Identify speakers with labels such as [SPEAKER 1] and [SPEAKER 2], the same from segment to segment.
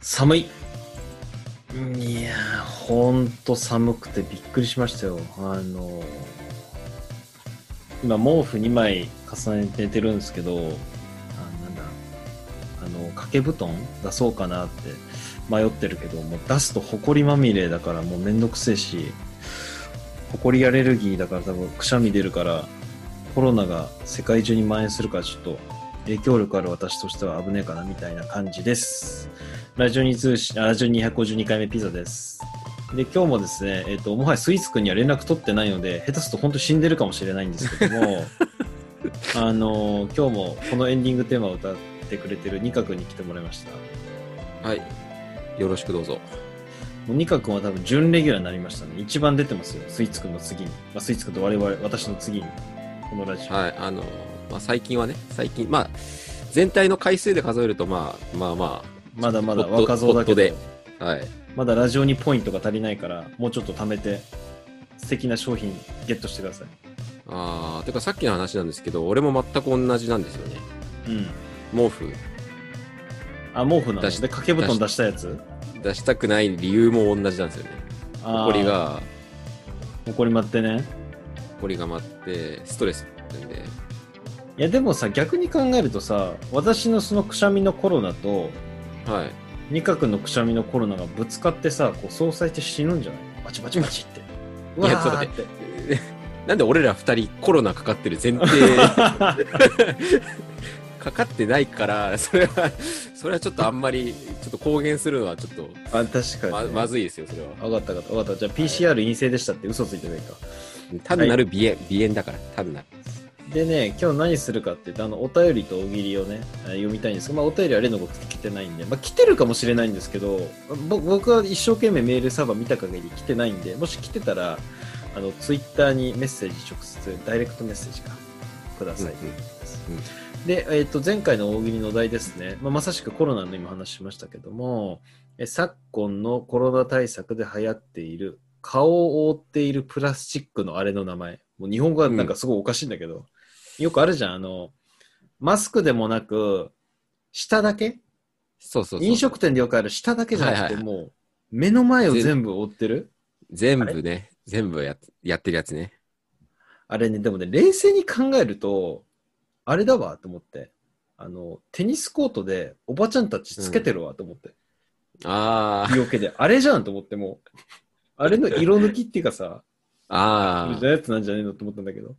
[SPEAKER 1] 寒い。いやー、ほんと寒くてびっくりしましたよ。あのー、今毛布2枚重ねて寝てるんですけど、あなんだ、あの、掛け布団出そうかなって迷ってるけど、もう出すと埃まみれだからもうめんどくせえし、埃アレルギーだから多分くしゃみ出るから、コロナが世界中に蔓延するからちょっと影響力ある私としては危ねえかなみたいな感じです。ラジオに通信、あラジオ252回目ピザです。で、今日もですね、えっ、と、もはやスイーツくんには連絡取ってないので、下手すると本当死んでるかもしれないんですけど も、あのー今日もこのエンディングテーマを歌ってくれてるニカ君に来てもらいました。も
[SPEAKER 2] はい。よろしくどうぞ。
[SPEAKER 1] うニカ君は多分準レギュラーになりましたね。一番出てますよ、スイーツくんの次に。まあ、スイーツくんと我々、私の次に、このラジオ。
[SPEAKER 2] はい。あの、まあ、最近はね、最近、まあ、全体の回数で数えると、まあ、まあま
[SPEAKER 1] まだまだ
[SPEAKER 2] ポット
[SPEAKER 1] 若造だけ
[SPEAKER 2] ポットで
[SPEAKER 1] ど、
[SPEAKER 2] あ、はい。
[SPEAKER 1] まだラジオにポイントが足りないから、もうちょっと貯めて、素敵な商品ゲットしてください。
[SPEAKER 2] あーてかさっきの話なんですけど、俺も全く同じなんですよね。
[SPEAKER 1] うん。
[SPEAKER 2] 毛布
[SPEAKER 1] あ、毛布なんで
[SPEAKER 2] 出し
[SPEAKER 1] で、掛け布団出したやつ
[SPEAKER 2] 出したくない理由も同じなんですよね。
[SPEAKER 1] あー
[SPEAKER 2] 埃。が、
[SPEAKER 1] 埃舞ってね。
[SPEAKER 2] 埃が舞って、ストレスなんで、
[SPEAKER 1] いや、でもさ、逆に考えるとさ、私のそのくしゃみのコロナと、
[SPEAKER 2] はい。
[SPEAKER 1] ニカ君のくしゃみのコロナがぶつかってさ、こう、相殺して死ぬんじゃないバチバチバチって。うわ
[SPEAKER 2] いやそうだね
[SPEAKER 1] ーって。
[SPEAKER 2] えなんで俺ら二人コロナかかってる前提 かかってないから、それは、それはちょっとあんまり、ちょっと公言するのはちょっと、
[SPEAKER 1] あ、確かに、
[SPEAKER 2] ままずいですよ、それは。
[SPEAKER 1] 分かった分かった分かった。じゃあ PCR 陰性でしたって嘘ついてないか。
[SPEAKER 2] 単なる鼻炎、鼻炎だから、単なる。
[SPEAKER 1] でね、今日何するかって言って、あの、お便りと大喜利をね、えー読みたいんですけど、まあ、お便りは例のごとく来てないんで、まあ、来てるかもしれないんですけど、ぼ僕は一生懸命メールサーバー見た限り来てないんで、もし来てたら、あの、ツイッターにメッセージ直接、ダイレクトメッセージか、ください。
[SPEAKER 2] うんうんうん
[SPEAKER 1] で、えっ、と、前回の大喜利のお題ですね、まあ、まさしくコロナの今話しましたけども、え昨今のコロナ対策で流行っている、顔を覆っているプラスチックのあれの名前。もう日本語はなんかすごいおかしいんだけど、よくあるじゃん、あの、マスクでもなく、下だけ
[SPEAKER 2] そうそうそう。
[SPEAKER 1] 飲食店でよくある下だけじゃなくて、
[SPEAKER 2] はいはい
[SPEAKER 1] もう、目の前を全部覆ってる
[SPEAKER 2] 全部ね、全部やっやってるやつね。
[SPEAKER 1] あれね、でもね、冷静に考えると、あれだわと思って、あの、テニスコートでおばちゃんたちつけてるわと思って、
[SPEAKER 2] あ
[SPEAKER 1] 日よけで、あれじゃんと思って、もう、あれの色抜きっていうかさ、
[SPEAKER 2] あ、あ
[SPEAKER 1] みたいなやつなんじゃねえのと思ったんだけど。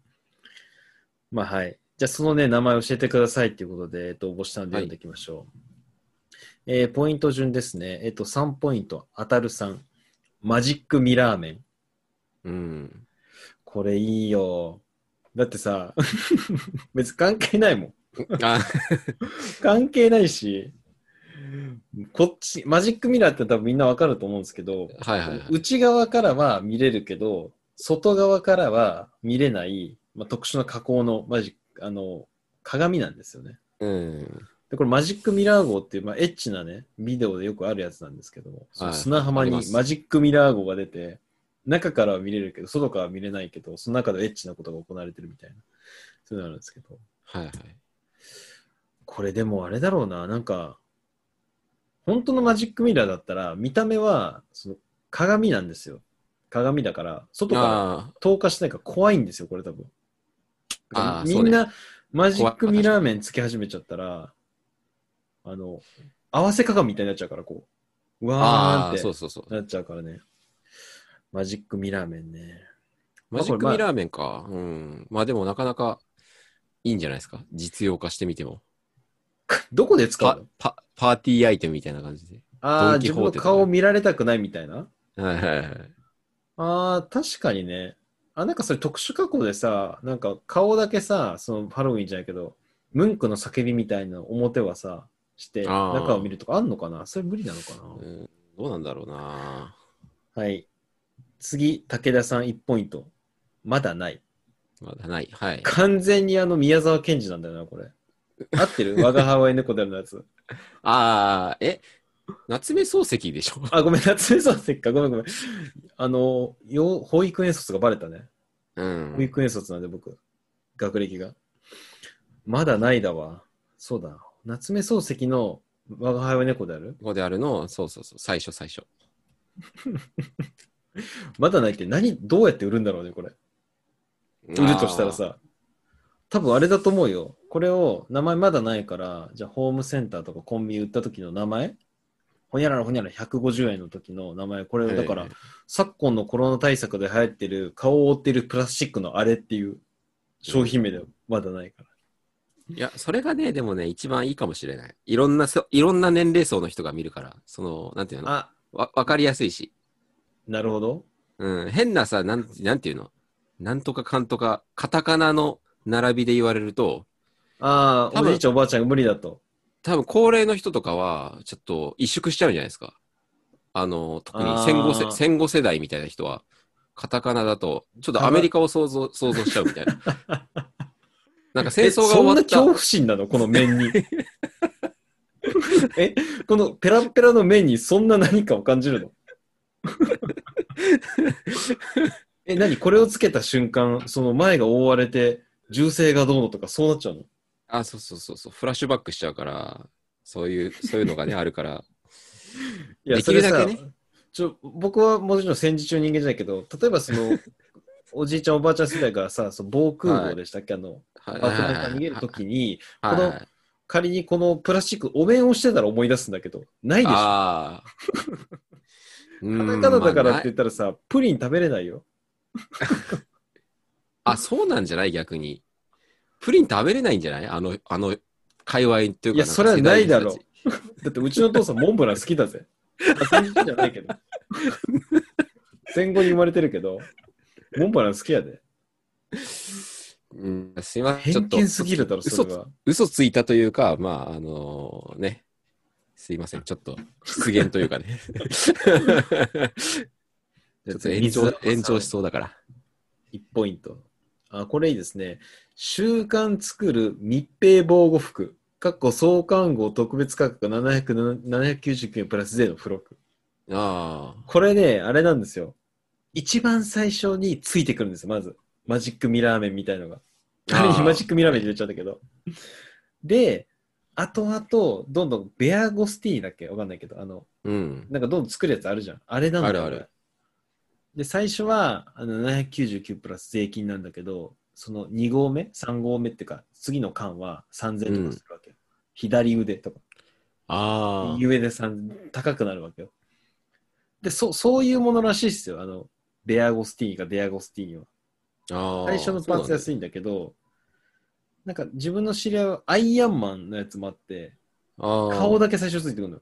[SPEAKER 1] まあはい。じゃあそのね、名前教えてくださいっていうことで、えっと、応募したので
[SPEAKER 2] はい
[SPEAKER 1] 読んでいきましょう。えーポイント順ですね。えっと、3ポイント、当たる3。マジックミラーメン。
[SPEAKER 2] あ、うん。
[SPEAKER 1] これいいよ。だってさ、別に関係ないもん。
[SPEAKER 2] あ
[SPEAKER 1] 関係ないし、こっち、マジックミラーって多分みんなわかると思うんですけど、
[SPEAKER 2] はいはいはい。
[SPEAKER 1] 内側からは見れるけど、外側からは見れない、まあ、特殊な加工のマジックあの鏡なんですよね。
[SPEAKER 2] うん。
[SPEAKER 1] でこれマジックミラー号っていう、まあ、エッチなね、ビデオでよくあるやつなんですけども、その
[SPEAKER 2] はい
[SPEAKER 1] 砂浜に
[SPEAKER 2] あります
[SPEAKER 1] マジックミラー号が出て、中からは見れるけど、外からは見れないけど、その中でエッチなことが行われてるみたいな、そういうのあるんですけど、
[SPEAKER 2] はいはい。
[SPEAKER 1] これでもあれだろうな、なんか、本当のマジックミラーだったら、見た目はその鏡なんですよ。鏡だから、外から
[SPEAKER 2] あ
[SPEAKER 1] 透過しないから怖いんですよ、これ多分。
[SPEAKER 2] あー
[SPEAKER 1] みんな、マジックミラーメンつけ始めちゃったら、あの、合わせ鏡みたいになっちゃうから、こう、う
[SPEAKER 2] あ、
[SPEAKER 1] わー
[SPEAKER 2] ああ、
[SPEAKER 1] ん
[SPEAKER 2] そう
[SPEAKER 1] って
[SPEAKER 2] そうそう。
[SPEAKER 1] なっちゃうからね。マジックミラーメンね。
[SPEAKER 2] マジックミラーメンか。うん。まあでもなかなかいいんじゃないですか。実用化してみても。
[SPEAKER 1] どこで使う
[SPEAKER 2] パ
[SPEAKER 1] の
[SPEAKER 2] パパーティーアイテムみたいな感じで。
[SPEAKER 1] ああ、
[SPEAKER 2] ドン・キ
[SPEAKER 1] 自
[SPEAKER 2] ホ
[SPEAKER 1] 分の
[SPEAKER 2] ーテとかね
[SPEAKER 1] 顔を見られたくないみたいな
[SPEAKER 2] はいはいはい。
[SPEAKER 1] ああ、確かにね。あ、なんかそれ特殊加工でさ、なんか顔だけさ、そのハロウィンじゃないけど、ムンクの叫びみたいな表はさ、して、
[SPEAKER 2] あー
[SPEAKER 1] 中を見るとかあんのかなそれ無理なのかな
[SPEAKER 2] うん、どうなんだろうな。
[SPEAKER 1] はい。次、武田さん1ポイント。まだない。
[SPEAKER 2] まだない。はい。
[SPEAKER 1] 完全にあの宮沢賢治なんだよな、これ。合って る我が輩猫であるのやつ。
[SPEAKER 2] ああ、え夏目漱石でしょ
[SPEAKER 1] あ、ごめん、夏目漱石か。ごめんごめん。あの、よ保育園卒がバレたね。
[SPEAKER 2] うん
[SPEAKER 1] 保育園卒なんで僕、学歴が。まだないだわ。そうだ。夏目漱石の我が輩は猫である
[SPEAKER 2] ここであるの、そうそうそう、最初最初。
[SPEAKER 1] まだないって何、どうやって売るんだろうね、これ。
[SPEAKER 2] 売
[SPEAKER 1] 売るとしたら。さ、多分あれだと思うよ。これを名前まだないから、じゃあホームセンターとかコンビニ売った時の名前ほにゃららほにゃら150円の時の名前、これをだから、
[SPEAKER 2] ええ
[SPEAKER 1] 昨今のコロナ対策で流行ってる顔を覆ってるプラスチックのあれっていう商品名ではまだないから。
[SPEAKER 2] いや、それがね、でもね、一番いいかもしれない。いろんなそ、いろんな年齢層の人が見るから、その、なんていうの、
[SPEAKER 1] あ、
[SPEAKER 2] わわかりやすいし。
[SPEAKER 1] なるほど。
[SPEAKER 2] うん、変なさ、なん、なんていうの、なんとかかんとか、カタカナの並びで言われると、
[SPEAKER 1] ああ、
[SPEAKER 2] 多
[SPEAKER 1] お
[SPEAKER 2] 分
[SPEAKER 1] じいちゃんおばあちゃんが無理だと。
[SPEAKER 2] 多分高齢の人とかは、ちょっと萎縮しちゃうんじゃないですか。あの、特に戦後
[SPEAKER 1] あー
[SPEAKER 2] せ戦後世代みたいな人は、カタカナだと、ちょっとアメリカを想像想像しちゃうみたいな。 なんか戦争が終わ
[SPEAKER 1] えそんな
[SPEAKER 2] っ
[SPEAKER 1] 恐
[SPEAKER 2] た。
[SPEAKER 1] 怖心なのこの面 に。え、このペラペラの面にそんな何かを感じる のえ、何これをつけた瞬間、その前が覆われて、銃声がどうのとかそうなっちゃうの
[SPEAKER 2] あ、そうそうそうそう、フラッシュバックしちゃうから、そういう、そういうのがね、あ るから。
[SPEAKER 1] いや、
[SPEAKER 2] できるだけ
[SPEAKER 1] それ
[SPEAKER 2] ね
[SPEAKER 1] さちょ僕はもちろん戦時中人間じゃないけど、例えばそ の、おじいちゃんおばあちゃん世代がさ、その防空壕でしたっけ、あの、
[SPEAKER 2] はい
[SPEAKER 1] 爆弾から逃げるときに、
[SPEAKER 2] はいはいはい
[SPEAKER 1] 仮にこのプラスチック、お面をしてたら思い出すんだけど、ないでしょ
[SPEAKER 2] ああ。
[SPEAKER 1] カタ
[SPEAKER 2] うん
[SPEAKER 1] カナだか
[SPEAKER 2] ま
[SPEAKER 1] らっ
[SPEAKER 2] あ
[SPEAKER 1] て言ったらさ、プリン食べれないよ。
[SPEAKER 2] あ、そうなんじゃない逆に。プリン食べれないんじゃないあの、あの、界隈というか。
[SPEAKER 1] いや
[SPEAKER 2] んか
[SPEAKER 1] それは
[SPEAKER 2] 世代の
[SPEAKER 1] ないだろう
[SPEAKER 2] 人たち
[SPEAKER 1] だってうちの父さん、モンブラン好きだぜ。あ戦時中じゃないけど。戦後に生まれてるけど、モンブラン好きやで。
[SPEAKER 2] うん、すいません。ちょ
[SPEAKER 1] 偏
[SPEAKER 2] っと、
[SPEAKER 1] 見すぎるだろ、そ
[SPEAKER 2] 嘘
[SPEAKER 1] れは。
[SPEAKER 2] 嘘ついたというか、まあ、あのね。すいません。ちょっと、失言とい うかね。ちょっと延長、延長しそうだから。
[SPEAKER 1] 1ポイント。あ、これいいですね。習慣作る密閉防護服。かっこ創刊号特別価格が700 799円プラス税の付録。
[SPEAKER 2] ああ。
[SPEAKER 1] これね、あれなんですよ。一番最初についてくるんですよ、まず。マジックミラーメンみたいのが。仮にマジックミラーメンって言っちゃったけど。で、後々、どんどんベアゴスティーニだっけわかんないけど、あの、
[SPEAKER 2] うん。
[SPEAKER 1] なんかどんどん作るやつあるじゃん。あれなんだよ
[SPEAKER 2] あるある。
[SPEAKER 1] で、最初はあの799プラス税金なんだけど、その2合目、3合目っていうか、次の缶は3000とかするわけよ。左腕とか、
[SPEAKER 2] あ
[SPEAKER 1] 右腕で3000高くなるわけよ。で、そそういうものらしいっすよ。あの、ベアゴスティーニかデアゴスティーニは。
[SPEAKER 2] あ。ああ。
[SPEAKER 1] 最初のパーツ安
[SPEAKER 2] い。
[SPEAKER 1] いんだけど、なんか自分の知り合いはアイアンマンのやつもあって、
[SPEAKER 2] ああ。
[SPEAKER 1] 顔だけ最初ついてくるのよ。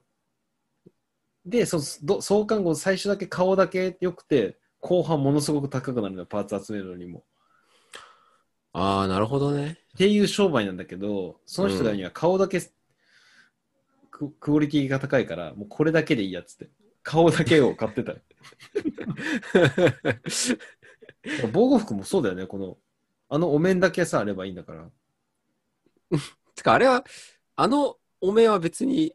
[SPEAKER 1] で、そど創刊号最初だけ顔だけ良くて、後半ものすごく高くなるのよ、パーツ集めるのにも。
[SPEAKER 2] ああ、なるほどね。
[SPEAKER 1] っていう商売なんだけど、その人らには顔だけ、ククオリティが高いから、もうこれだけでいいやっつって。顔だけを買 ってたよ。防護服もそうだよね、この。あのお面だけさ、あればいいんだから。
[SPEAKER 2] てか、あれは、あのお面は別に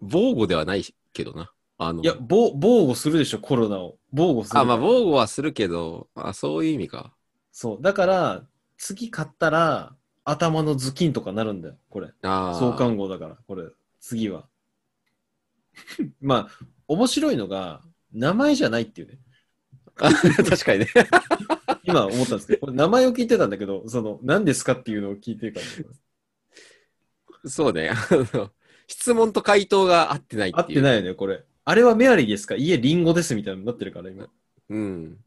[SPEAKER 2] 防護ではないけどな。あの
[SPEAKER 1] いや、防防護するでしょ、コロナを。防護する。
[SPEAKER 2] あ、まあ防護はするけど、あそういう意味か。
[SPEAKER 1] そう。だから、次買ったら、頭の頭巾とかなるんだよ、これ。
[SPEAKER 2] ああ。
[SPEAKER 1] 創刊号だから、これ、次は。 まあ、面白いのが、名前じゃないっていうね。
[SPEAKER 2] 確かにね。
[SPEAKER 1] 今思ったんですけど、これ名前を聞いてたんだけど、その、何ですかっていうのを聞いてるから、
[SPEAKER 2] そうね。あの、質問と回答が合ってない
[SPEAKER 1] 合
[SPEAKER 2] っ
[SPEAKER 1] って
[SPEAKER 2] いう。
[SPEAKER 1] てない
[SPEAKER 2] い。
[SPEAKER 1] よね、これ。あれはメアリーですかいえ、リンゴですみたいになってるから、今。
[SPEAKER 2] うん。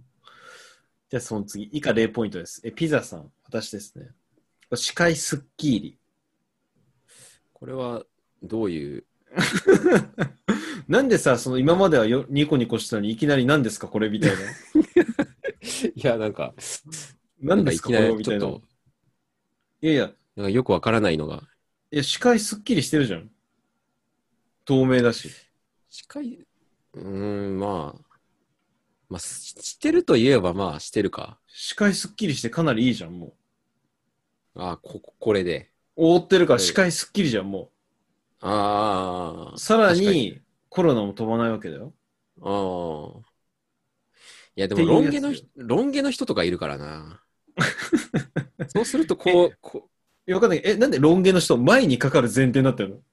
[SPEAKER 1] じゃあ、その次、以下0ポイントです。え、ピザさん、私ですね。視界スッキリ。
[SPEAKER 2] これは、どういう。
[SPEAKER 1] なんでさ、その今まではよニコニコしたのに、いきなり何ですか、これみたい な。
[SPEAKER 2] いや、なんか、
[SPEAKER 1] 何ですか、こ
[SPEAKER 2] なんかいきな
[SPEAKER 1] れ
[SPEAKER 2] り
[SPEAKER 1] み
[SPEAKER 2] ち
[SPEAKER 1] た
[SPEAKER 2] ょ
[SPEAKER 1] い
[SPEAKER 2] っ
[SPEAKER 1] な。い
[SPEAKER 2] と、
[SPEAKER 1] やいや、
[SPEAKER 2] なんかよくわからないのが。
[SPEAKER 1] いや視界スッキリしてるじゃん。透明だし。
[SPEAKER 2] 近い。うーん、まあ。まあ、ししてると言えば、まあ、してるか。
[SPEAKER 1] 視界すっきりしてかなりいいじゃん、もう。
[SPEAKER 2] あこ、これで。
[SPEAKER 1] 覆ってるから
[SPEAKER 2] はい
[SPEAKER 1] 視界すっきりじゃん、も
[SPEAKER 2] ああ。
[SPEAKER 1] う。さら
[SPEAKER 2] 確かに
[SPEAKER 1] に、コロナも飛ばないわけだよ。
[SPEAKER 2] ああ。いや、で
[SPEAKER 1] って
[SPEAKER 2] も、
[SPEAKER 1] い
[SPEAKER 2] ロ
[SPEAKER 1] う
[SPEAKER 2] ン
[SPEAKER 1] やつ
[SPEAKER 2] 毛の人、ロン毛の人とかいるからな。 そうすると、こう、こ
[SPEAKER 1] いやわかんない。え、なんでロン毛の人前にかかる前提になってるの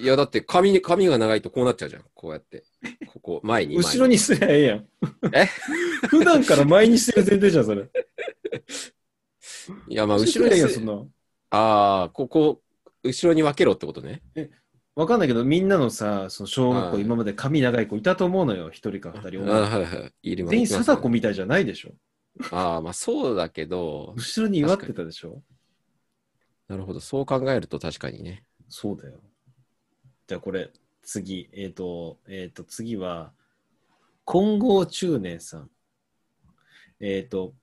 [SPEAKER 2] いや、だって髪に、髪が長いとこうなっちゃうじゃん。こうやって。ここ、前に。前
[SPEAKER 1] 後ろにすりゃええやん。
[SPEAKER 2] え
[SPEAKER 1] 普段から前にしてる前提じゃん、それ。
[SPEAKER 2] いや、ま あ、
[SPEAKER 1] す
[SPEAKER 2] 後
[SPEAKER 1] り
[SPEAKER 2] ろ
[SPEAKER 1] ゃええ
[SPEAKER 2] に
[SPEAKER 1] やん、そんな。
[SPEAKER 2] ああ、ここ、後ろに分けろってことね。
[SPEAKER 1] わかんないけど、みんなのさ、その小学校、
[SPEAKER 2] はい
[SPEAKER 1] 今まで髪長い子いたと思うのよ、一人か二
[SPEAKER 2] あ
[SPEAKER 1] 人。
[SPEAKER 2] はいはい。いります
[SPEAKER 1] 全員貞子みたいじゃないでしょ。
[SPEAKER 2] ああ、まあそうだけど、
[SPEAKER 1] 後ろに祝ってたでしょ。
[SPEAKER 2] なるほど。そう考えると確かにね。
[SPEAKER 1] そうだよ。じゃあこれ、次。えっ、と、えっ、と、次は、金剛中年さん。えっ、と、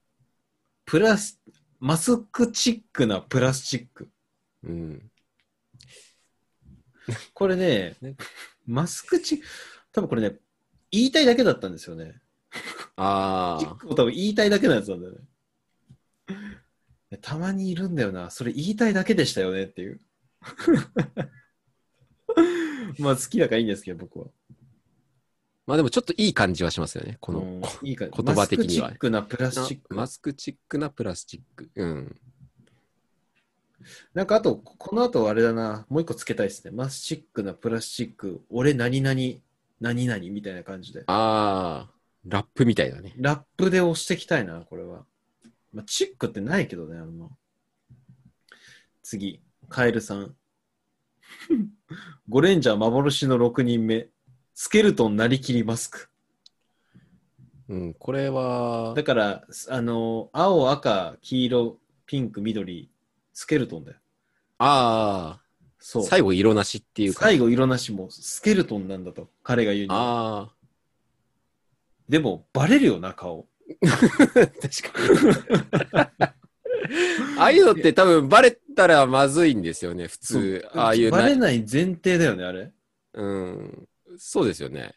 [SPEAKER 1] プラス、マスクチックなプラスチック。
[SPEAKER 2] うん。
[SPEAKER 1] これね
[SPEAKER 2] ね、
[SPEAKER 1] マスクチック、多分これね、言いたいだけだったんですよね。
[SPEAKER 2] あ
[SPEAKER 1] チッ
[SPEAKER 2] あ、
[SPEAKER 1] クも多分言いたいだけのやつなんだよね。たまにいるんだよな。それ言いたいだけでしたよねって いう。まあ好きだからいいんですけど、僕は。
[SPEAKER 2] まあでもちょっといい感じはしますよね。この、
[SPEAKER 1] うんいいか
[SPEAKER 2] 言葉的には
[SPEAKER 1] マスクチックなプラスチック。
[SPEAKER 2] マスクチックなプラスチック。うん。
[SPEAKER 1] なんかあと、この後あれだな、もう一個つけたいですね。マスチックなプラスチック、俺何々、何々みたいな感じで。
[SPEAKER 2] ああ、ラップみたいだね。
[SPEAKER 1] ラップで押していきたいな、これは。まあ、チックってないけどね、あんま。次、カエルさ ん。ゴレンジャー幻の6人目。スケルトンなりきりマスク。
[SPEAKER 2] うん、これは
[SPEAKER 1] だ、から、すあの、青、赤、黄色、ピンク、緑、スケルトンだよ。
[SPEAKER 2] あ
[SPEAKER 1] そ
[SPEAKER 2] あ、
[SPEAKER 1] う。
[SPEAKER 2] 最後色なしっていうか。
[SPEAKER 1] 最後色なしもスケルトンなんだと、彼が言うには。
[SPEAKER 2] ああ、
[SPEAKER 1] でも、バレるよな、顔。
[SPEAKER 2] 確かに。ああいうのって多分バレたらまずいんですよね、普通。ああいう
[SPEAKER 1] バレ
[SPEAKER 2] な、
[SPEAKER 1] ない前提だよね、あれ。
[SPEAKER 2] うん。そうですよね。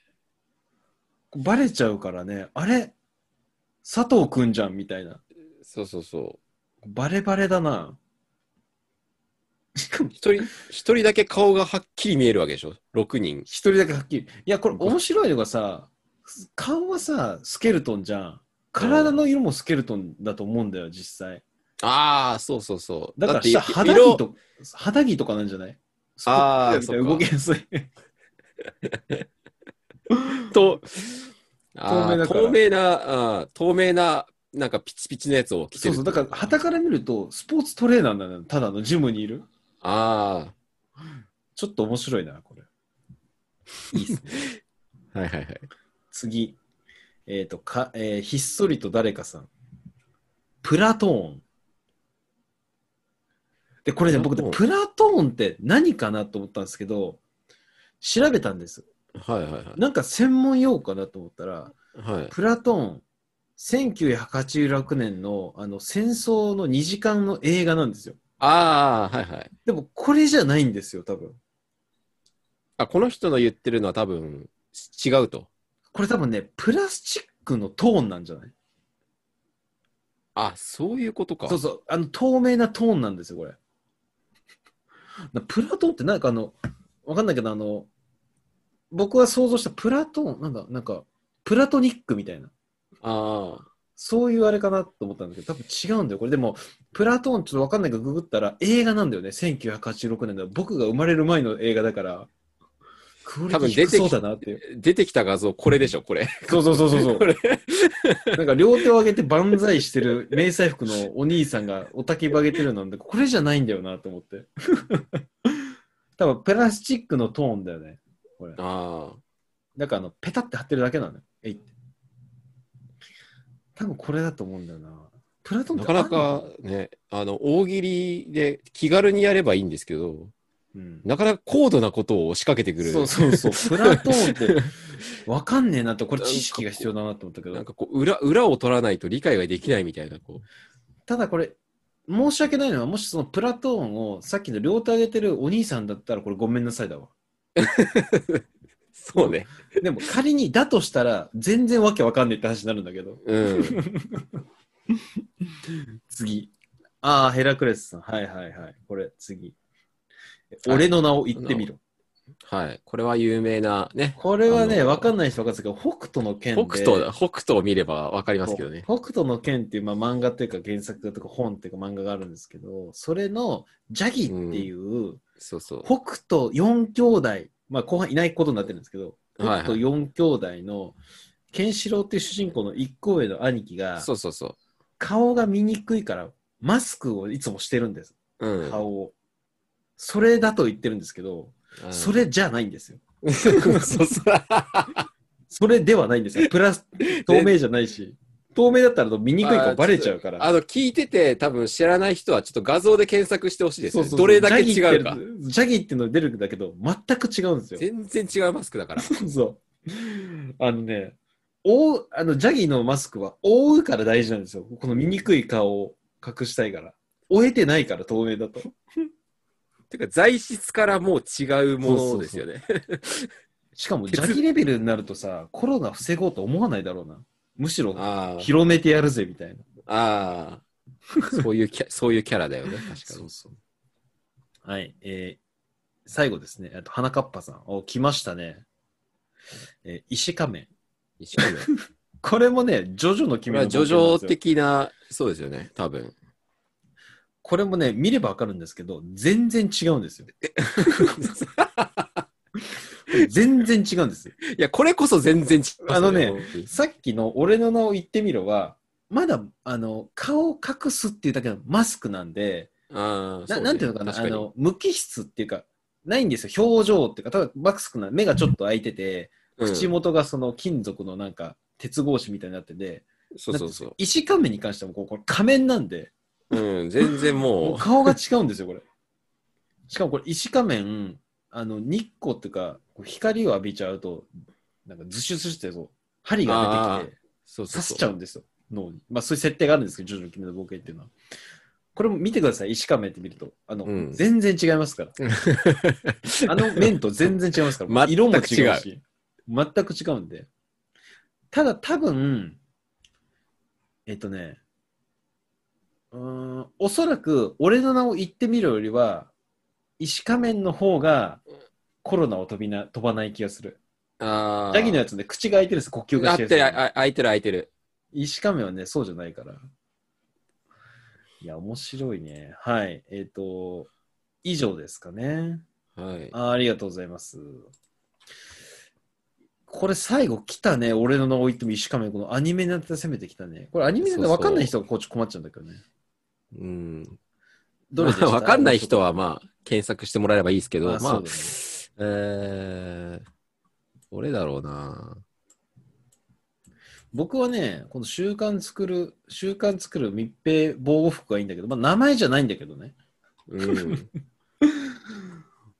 [SPEAKER 1] バレちゃうからね、あれ佐藤くんじゃんみたいな。
[SPEAKER 2] そうそうそう。
[SPEAKER 1] バレバレだな。しかも、
[SPEAKER 2] 一人、一人だけ顔がはっきり見えるわけでしょ ?6 人。
[SPEAKER 1] 一人だけはっきり。いや、これ面白いのがさ、顔はさ、スケルトンじゃん。体の色もスケルトンだと思うんだよ、実際。
[SPEAKER 2] ああ、そうそうそう。
[SPEAKER 1] だから
[SPEAKER 2] って
[SPEAKER 1] 下肌着と肌着とかなんじゃない
[SPEAKER 2] あー
[SPEAKER 1] スポーツみたいな動きやすい。
[SPEAKER 2] と、あ
[SPEAKER 1] 透明だから
[SPEAKER 2] ー透明な、あー透明な、なんかピチピチのやつを着て
[SPEAKER 1] そう
[SPEAKER 2] る。
[SPEAKER 1] そう、だから、旗から見ると、スポーツトレーナーなんだよ、ただのジムにいる。
[SPEAKER 2] あ
[SPEAKER 1] ちょっと面白いな、これ。
[SPEAKER 2] あ、はいはいはい。
[SPEAKER 1] 次。えっ、と、か、えーひっそりと誰かさん。プラトーン。で、これね、
[SPEAKER 2] プラ
[SPEAKER 1] 僕
[SPEAKER 2] トーン
[SPEAKER 1] ね、プラトーンって何かなと思ったんですけど、調べたんです。
[SPEAKER 2] はいはいはい。
[SPEAKER 1] なんか専門用語かなと思ったら、
[SPEAKER 2] はい、
[SPEAKER 1] プラトーン、1986年のあの戦争の2時間の映画なんですよ。
[SPEAKER 2] ああ、はいはい。
[SPEAKER 1] でも、これじゃないんですよ、多分。
[SPEAKER 2] あ、この人の言ってるのは多分違うと。
[SPEAKER 1] これ多分ね、プラスチックのトーンなんじゃない
[SPEAKER 2] あ、そういうことか。
[SPEAKER 1] そうそう、あの透明なトーンなんですよ、これ。なプラトーンってなんかあの、わかんないけど、あの、僕が想像したプラトーン、なんだ、なんか、プラトニックみたいな、
[SPEAKER 2] あ
[SPEAKER 1] そういうあれかなと思ったんだけど、多分違うんだよ、これ。でも、プラトーンちょっとわかんないけど、ググったら映画なんだよね、1986年の僕が生まれる前の映画だから、クオリティ低そうだなっていう。
[SPEAKER 2] あ、出てきた画像、これでしょ、これ。
[SPEAKER 1] そうそうそうそうそう
[SPEAKER 2] こ。れ。
[SPEAKER 1] なんか両手を上げて万歳してる迷彩服のお兄さんがおたきばげてるなんで、これじゃないんだよなと思 って。多分プラスチックのトーンだよね。これ。
[SPEAKER 2] あ
[SPEAKER 1] だからあの、ペタって貼ってるだけなのよ。えいって。多分これだと思うんだよな。プラト
[SPEAKER 2] あ、
[SPEAKER 1] ンっ
[SPEAKER 2] な
[SPEAKER 1] て
[SPEAKER 2] か
[SPEAKER 1] ある
[SPEAKER 2] なかね、あの、大喜利で気軽にやればいいんですけど、
[SPEAKER 1] うん。
[SPEAKER 2] なかなか高度なことを仕掛けてくる。
[SPEAKER 1] そうそう そう。プラトーンってわかんねえなって、これ知識が必要だなと思ったけ
[SPEAKER 2] なん
[SPEAKER 1] ど。
[SPEAKER 2] かこう、裏、裏を取らないと理解ができないみたいな、こ
[SPEAKER 1] ただこれ、申し訳ないのは、もしそのプラトーンをさっきの両手上げてるお兄さんだったら、これごめんなさいだわ。
[SPEAKER 2] う。そうね。
[SPEAKER 1] でも仮にだとしたら全然わけわかんないって話になるんだけど
[SPEAKER 2] うん。
[SPEAKER 1] 次ああヘラクレスさんはいはいはいこれ次
[SPEAKER 2] はい
[SPEAKER 1] 俺の名を言ってみろ
[SPEAKER 2] はい。これは有名な、ね。
[SPEAKER 1] これは
[SPEAKER 2] あ
[SPEAKER 1] ね
[SPEAKER 2] の
[SPEAKER 1] わかんない人わかんないですけど北斗の剣で
[SPEAKER 2] 北斗だ、北斗を見ればわかりますけどね。
[SPEAKER 1] 北斗の剣っていう、まあ、漫画っていうか原作とか本っていうか漫画があるんですけどそれのジャギっていう、
[SPEAKER 2] そうそう。
[SPEAKER 1] 北斗4兄弟、まあ、後半いないことになってるんですけど、
[SPEAKER 2] はいはい
[SPEAKER 1] 北斗4兄弟の、ケンシロウっていう主人公の一個上の兄貴が、
[SPEAKER 2] そうそうそ
[SPEAKER 1] 顔が見にくいから、マスクをいつもしてるんです。
[SPEAKER 2] う。うん。
[SPEAKER 1] 顔を。それだと言ってるんですけど、
[SPEAKER 2] うん
[SPEAKER 1] そ。れじゃないんですよ。
[SPEAKER 2] そうそう。
[SPEAKER 1] それではないんですよ。プラ ス、透明じゃないし、透明だったら見にくいからバレちゃうから。
[SPEAKER 2] あの、聞いてて、多分知らない人は、ちょっと画像で検索してほしいです、
[SPEAKER 1] そう
[SPEAKER 2] ね。
[SPEAKER 1] そうそう
[SPEAKER 2] どれだけ違うか
[SPEAKER 1] ジャギ。ーってジャギーっていうの出るんだけど、全く違うんですよ。
[SPEAKER 2] 全然違うマスクだか ら。
[SPEAKER 1] そう。あのね、覆うあのジャギーのマスクは覆うから大事なんですよ。この醜い顔を隠したいから。覆えてないから、透明だと。
[SPEAKER 2] てか、材質からもう違うものですよね。
[SPEAKER 1] しかも、ジ
[SPEAKER 2] 鉄
[SPEAKER 1] ャギーレベルになるとさ、コロナ防ごうと思わないだろうな。むしろ、
[SPEAKER 2] あー
[SPEAKER 1] 広めてやるぜ、みたいな。
[SPEAKER 2] あー。そういうキャ、そういうキャラだよね。確か
[SPEAKER 1] そ
[SPEAKER 2] に
[SPEAKER 1] う。そう。はい、えー最後ですね。あと、花かっぱさん。お、来ましたね。えー石仮面。
[SPEAKER 2] 一緒ね
[SPEAKER 1] これもね、ジョジョの
[SPEAKER 2] こ
[SPEAKER 1] 君
[SPEAKER 2] れ
[SPEAKER 1] の冒
[SPEAKER 2] はジョ
[SPEAKER 1] 険
[SPEAKER 2] ジ
[SPEAKER 1] なんで
[SPEAKER 2] ョ
[SPEAKER 1] すよ
[SPEAKER 2] 的な、そうですよね。多分。
[SPEAKER 1] これもね、見ればわかるんですけど、全然違うんですよ。全然違うんですよ。
[SPEAKER 2] いや、これこそ全然違う。
[SPEAKER 1] あのね、さっきの俺の名を言ってみろは、まだ、あの、顔を隠すっていうだけのマスクなんで、
[SPEAKER 2] あー
[SPEAKER 1] な
[SPEAKER 2] そね
[SPEAKER 1] なんていうのかな、あ
[SPEAKER 2] 確に
[SPEAKER 1] の、無機質っていうか、ないんですよ。表情っていうか、ただマスクな、目がちょっと開いてて、
[SPEAKER 2] うん
[SPEAKER 1] 口元がその金属のなんか、鉄格子みたいになってて、
[SPEAKER 2] そうそうそう。
[SPEAKER 1] 石仮面に関してもこう、これ仮面なんで、
[SPEAKER 2] うん、全然
[SPEAKER 1] も
[SPEAKER 2] も
[SPEAKER 1] う顔が違うんですよ、これ。しかもこれ、石仮面、あの日光っていうか、こう光を浴びちゃうと、なんかずしゅずしゅってそう、針が出てきて、
[SPEAKER 2] う、そうそ
[SPEAKER 1] 刺
[SPEAKER 2] う
[SPEAKER 1] し
[SPEAKER 2] そう
[SPEAKER 1] ちゃうんですよ、脳に。まあ、そういう設定があるんですけど、ジョジョの君の冒険っていうのは。これも見てください、石仮面って見ると。あの、
[SPEAKER 2] うん
[SPEAKER 1] 全然違います から。あの面と全然違いますから。
[SPEAKER 2] 全く
[SPEAKER 1] 色も違うし。全く違うんで。ただ多分、えっとね、うーん、おそらく俺の名を言ってみるよりは、石仮面の方がコロナを飛びな飛ばない気がする。
[SPEAKER 2] あ
[SPEAKER 1] ジャギのやつね、口が開いてるんです、呼吸
[SPEAKER 2] あ
[SPEAKER 1] がし
[SPEAKER 2] っ
[SPEAKER 1] てて
[SPEAKER 2] る、
[SPEAKER 1] る。
[SPEAKER 2] あ開いてる、開いてる。
[SPEAKER 1] 石亀はね、そうじゃないから。いや、面白いね。はい。えっ、と、以上ですかね
[SPEAKER 2] はい。
[SPEAKER 1] あ。ありがとうございます。これ最後来たね。俺の名を言っても石亀、このアニメになって攻めてきたね。これアニメなんて分かんない人がこっち困っちゃうんだけどね。
[SPEAKER 2] うん。
[SPEAKER 1] どれでした
[SPEAKER 2] まあわかんない人は、まあ、検索してもらえればいいですけど、
[SPEAKER 1] あ
[SPEAKER 2] ま
[SPEAKER 1] そ
[SPEAKER 2] あ
[SPEAKER 1] う、だね
[SPEAKER 2] えー、どれだろうな。
[SPEAKER 1] 僕はね、この習慣作る、習慣作る密閉防護服がいいんだけど、まあ名前じゃないんだけどね。
[SPEAKER 2] うん。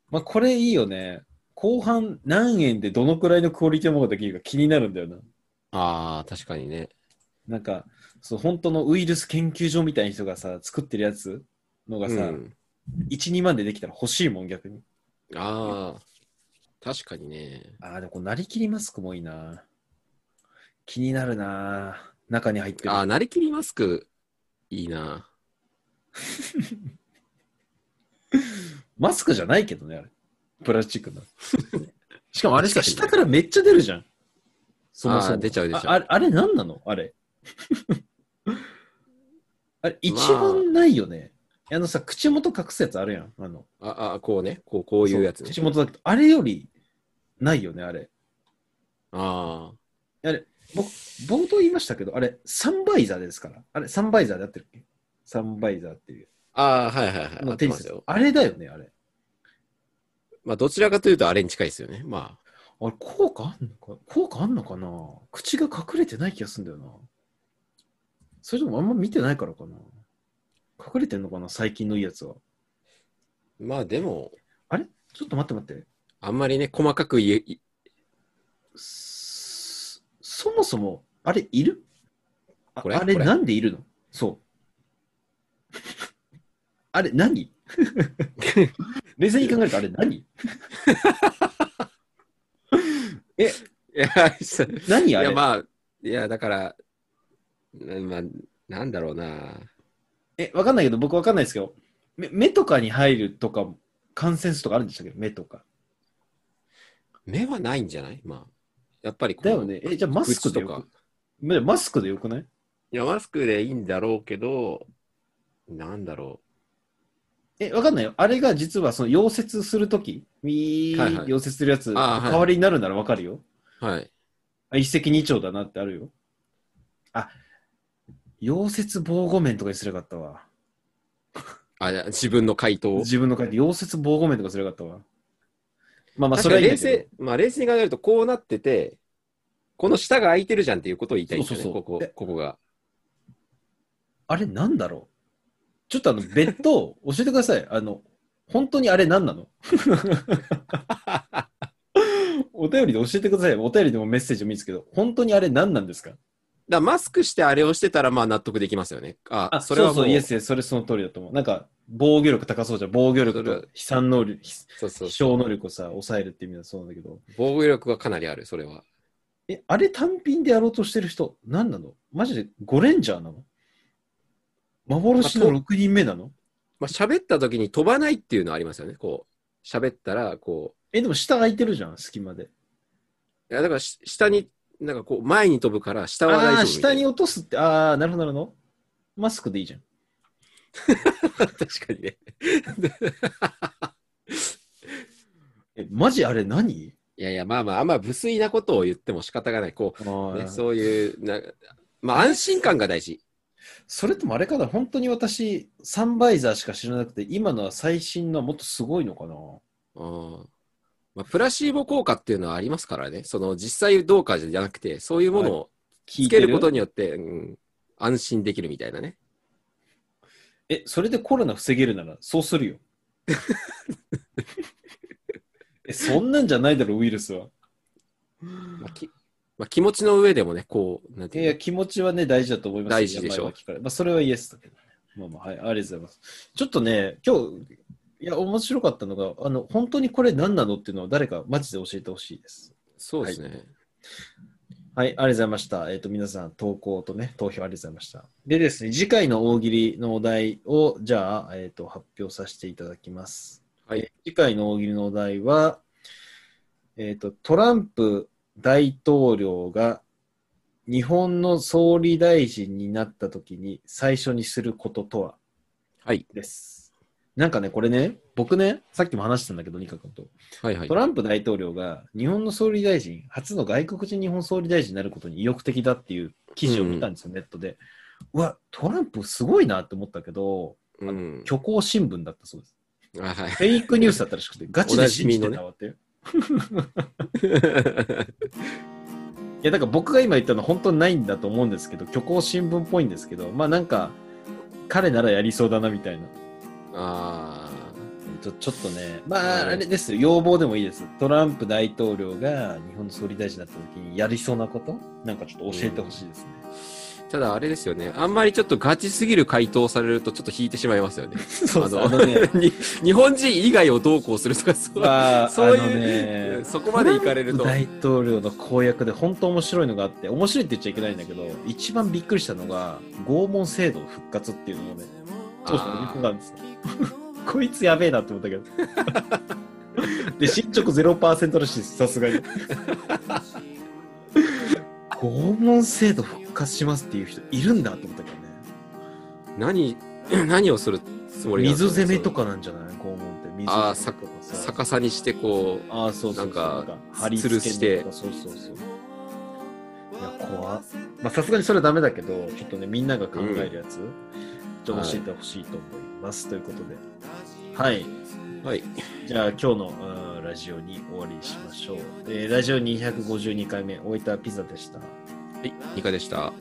[SPEAKER 1] まあ、これいいよね。後半何円でどのくらいのクオリティのものができるか気になるんだよな。
[SPEAKER 2] ああ、確かにね。
[SPEAKER 1] なんか、そう本当のウイルス研究所みたいな人がさ、作ってるやつのがさ、
[SPEAKER 2] うん、
[SPEAKER 1] 1、2万でできたら欲しいもん、逆に。
[SPEAKER 2] ああ、確かにね。
[SPEAKER 1] ああ、でもこうなりきりマスクもいいな。気になるな。中に入ってる。
[SPEAKER 2] ああ、なりきりマスク、いいな。
[SPEAKER 1] マスクじゃないけどね、あれ。プラスチック の。しかもあれさ、下からめっちゃ出るじゃん。そもそ
[SPEAKER 2] あ
[SPEAKER 1] も。
[SPEAKER 2] ー出ちゃう出ちゃう
[SPEAKER 1] ああれあれ何なのあれ。 あれ、一
[SPEAKER 2] ま
[SPEAKER 1] 番ないよね。あのさ、口元隠すやつあるやん。あの、
[SPEAKER 2] ああ、こうね、こうこういうやつ
[SPEAKER 1] そ
[SPEAKER 2] ね。
[SPEAKER 1] 口元だけど、あれよりないよね、あれ。
[SPEAKER 2] あ
[SPEAKER 1] 僕、冒頭言いましたけど、あれ、サンバイザーですから。あれ、サンバイザーでやってるっけサンバイザーっていう。
[SPEAKER 2] あ、ああ、はいはいはい。合って
[SPEAKER 1] テニ
[SPEAKER 2] ま
[SPEAKER 1] ス
[SPEAKER 2] すよ。
[SPEAKER 1] あれだよね、あれ。
[SPEAKER 2] まあ、どちらかというとあれに近いですよね。まあ、
[SPEAKER 1] あれ、効果あんのか効果あんのかな口が隠れてない気がするんだよな。それともあんま見てないからかな。隠れてんのかな最近のいいやつは。
[SPEAKER 2] まあでも、
[SPEAKER 1] ちょっと待って待って。
[SPEAKER 2] あんまりね、細かく言えい
[SPEAKER 1] そそもそも、あれいるあ
[SPEAKER 2] これ
[SPEAKER 1] あれ
[SPEAKER 2] これ
[SPEAKER 1] なんでいるのそう。 あれ何 冷静に考えるとあれ何
[SPEAKER 2] いや、そうい
[SPEAKER 1] 何あれ
[SPEAKER 2] やまあ、いや、だから、なまあ、なんだろうな。
[SPEAKER 1] え、わかんないけど、僕わかんないですけど、目目とかに入るとか、感染するとかあるんでしたっけ目とか。
[SPEAKER 2] 目はないんじゃないまあ、やっぱりこ
[SPEAKER 1] だ
[SPEAKER 2] の
[SPEAKER 1] よね。え、じゃあマスクで
[SPEAKER 2] 口
[SPEAKER 1] よ
[SPEAKER 2] とか
[SPEAKER 1] く。まマスクでよくない
[SPEAKER 2] いや、マスクでいいんだろうけど、なんだろ
[SPEAKER 1] え、わかんないよ。あれが実はその溶接するとき、ウィー、
[SPEAKER 2] はいはい
[SPEAKER 1] 溶接するやつ、
[SPEAKER 2] あーはい
[SPEAKER 1] 代わりになるならわかるよ。
[SPEAKER 2] はい。
[SPEAKER 1] あ一石二鳥だなってあるよ。あ、溶接防護面とかにすればよかったわ。
[SPEAKER 2] あ、いや自分の回答を。
[SPEAKER 1] 自分の書いて、溶接防護面とかすればよかったわ。まあまあ、
[SPEAKER 2] 確
[SPEAKER 1] そ
[SPEAKER 2] か
[SPEAKER 1] れ
[SPEAKER 2] に
[SPEAKER 1] はいいん
[SPEAKER 2] 冷
[SPEAKER 1] だけ
[SPEAKER 2] 静、まあ冷静に考えると、こうなってて、この下が空いてるじゃんっていうことを言いたいんですよね、
[SPEAKER 1] そうそうそう
[SPEAKER 2] ここ
[SPEAKER 1] で、
[SPEAKER 2] ここが。
[SPEAKER 1] ど。あれなんだろうちょっとあの、別途 教えてください。あの、本当にあれ何な のお便りで教えてください。お便りでもメッセージもいいんですけど、本当にあれ何なんですか
[SPEAKER 2] だからマスクしてあれをしてたら、まあ納得できますよね。あ、
[SPEAKER 1] あ、
[SPEAKER 2] そ
[SPEAKER 1] そ
[SPEAKER 2] れはもう
[SPEAKER 1] うそう、イエスイエス、それその通りだと思う。なんか、防御力高そうじゃん。防御力
[SPEAKER 2] それは
[SPEAKER 1] と飛散能力、
[SPEAKER 2] そうそう
[SPEAKER 1] 飛翔能力をさ、抑えるって意味だそうなんだけど。
[SPEAKER 2] 防御力はかなりある、それは。
[SPEAKER 1] え、あれ単品でやろうとしてる人、何なのマジでゴレンジャーなの幻の
[SPEAKER 2] ま
[SPEAKER 1] 6人目なの
[SPEAKER 2] まあ喋った時に飛ばないっていうのはありますよね、こう。喋ったら、こ
[SPEAKER 1] え、でも下空いてるじゃん、隙間で。
[SPEAKER 2] う。いやだからし下に、なんかこう、前に飛ぶから、下
[SPEAKER 1] あ
[SPEAKER 2] は大丈
[SPEAKER 1] あ
[SPEAKER 2] 夫
[SPEAKER 1] ー、
[SPEAKER 2] みた
[SPEAKER 1] 下
[SPEAKER 2] い
[SPEAKER 1] に
[SPEAKER 2] な。
[SPEAKER 1] 落とすって、ああ、なるほど、なるほど。マスクでいいじゃん。
[SPEAKER 2] 確かにね。
[SPEAKER 1] え、マジあれ何
[SPEAKER 2] いやいや、まあまあ、あんま無粋なことを言っても仕方がない。こ
[SPEAKER 1] あ
[SPEAKER 2] う、
[SPEAKER 1] ー
[SPEAKER 2] ね、そういう、なまあ安心感が大事。
[SPEAKER 1] それともあれかな本当に私、サンバイザーしか知らなくて、今のは最新のはもっとすごいのかな
[SPEAKER 2] うんまあ、プラシーボ効果っていうのはありますからね、その実際どうかじゃなくて、そういうものを
[SPEAKER 1] 聞
[SPEAKER 2] つ
[SPEAKER 1] いて
[SPEAKER 2] け
[SPEAKER 1] る
[SPEAKER 2] ることによって、うん、安心できるみたいなね。
[SPEAKER 1] え、それでコロナ防げるなら、そうするよ。 え、そんなんじゃないだろ、ウイルスは。
[SPEAKER 2] まあきまあ、気持ちの上でもね、こう、なんて
[SPEAKER 1] い
[SPEAKER 2] いう
[SPEAKER 1] や、
[SPEAKER 2] の
[SPEAKER 1] 気持ちはね、大事だと思いますよ
[SPEAKER 2] 大事でしょ
[SPEAKER 1] 病は気からまあ、それはイエスだけどね。まあまあ、はい、ありがとうございます。ちょっとね、今日、いや、面白かったのが、あの、本当にこれ何なのっていうのは誰かマジで教えてほしいです。
[SPEAKER 2] そうですね。
[SPEAKER 1] はい、ありがとうございました。えっ、と、皆さん、投稿とね、投票ありがとうございました。でですね、次回の大喜利のお題を、じゃあ、えっ、と、発表させていただきます。
[SPEAKER 2] はい
[SPEAKER 1] えー次回の大喜利のお題は、えっ、と、トランプ大統領が日本の総理大臣になった時に最初にすることとは
[SPEAKER 2] はい、
[SPEAKER 1] です。なんかね、これね、僕ね、さっきも話したんだけど、ニカ君と。
[SPEAKER 2] はい、はい
[SPEAKER 1] ト。ランプ大統領が日本の総理大臣、初の外国人日本総理大臣になることに意欲的だっていう記事を見たんですよ、ネットで。うわ、トランプすごいなって思ったけど、
[SPEAKER 2] うん、
[SPEAKER 1] 虚構新聞だったそうです。
[SPEAKER 2] あはい
[SPEAKER 1] フェイクニュースだったらし くて、ガチで信じてたわって。いや、だから僕が今言ったの本当にないんだと思うんですけど、虚構新聞っぽいんですけど、まあなんか、彼ならやりそうだなみたいな。
[SPEAKER 2] あ
[SPEAKER 1] ちょちょっとね、ま
[SPEAKER 2] う
[SPEAKER 1] あ、
[SPEAKER 2] ん
[SPEAKER 1] あれですよ、要望でもいいです。トランプ大統領が日本の総理大臣になった時にやりそうなこと、なんかちょっと教えてほしいですね。
[SPEAKER 2] ーただ、あれですよね、あんまりちょっとガチすぎる回答をされると、ちょっと引いてしまいますよね。
[SPEAKER 1] そうそう
[SPEAKER 2] あ
[SPEAKER 1] あ
[SPEAKER 2] の
[SPEAKER 1] の ね、
[SPEAKER 2] に日本人以外をどうこうするとか、そう
[SPEAKER 1] まあ、
[SPEAKER 2] そう
[SPEAKER 1] あの
[SPEAKER 2] いう、
[SPEAKER 1] ね
[SPEAKER 2] そこまでいかれると。
[SPEAKER 1] トランプ大統領の公約で本当面白いのがあって、面白いって言っちゃいけないんだけど、一番びっくりしたのが、拷問制度復活っていうのをね、当初見てたんですよ。 こいつやべえなって思ったけど。 で、進捗0%らしいです、さすがに。 拷問制度復活しますっていう人いるんだと思ったけどね。
[SPEAKER 2] 何何をするつもりなんです
[SPEAKER 1] 水
[SPEAKER 2] ね
[SPEAKER 1] 攻めとかなんじゃない拷問って。水
[SPEAKER 2] あー
[SPEAKER 1] 攻めとか
[SPEAKER 2] その逆さにしてこう
[SPEAKER 1] ああ、そうそうそう。
[SPEAKER 2] なんか
[SPEAKER 1] 貼り
[SPEAKER 2] 吊る
[SPEAKER 1] 付
[SPEAKER 2] し
[SPEAKER 1] け
[SPEAKER 2] て
[SPEAKER 1] るとか、そうそうそう。いや、怖っまあ、さすがにそれはダメだけど、ちょっとね、みんなが考えるやつ、ちょっと教えてほしいと思います。ということで。はい。
[SPEAKER 2] はい
[SPEAKER 1] じゃあ今日のうんラジオに終わりにしましょう。えーラジオ252回目、大分ピザでした。
[SPEAKER 2] はいニカでした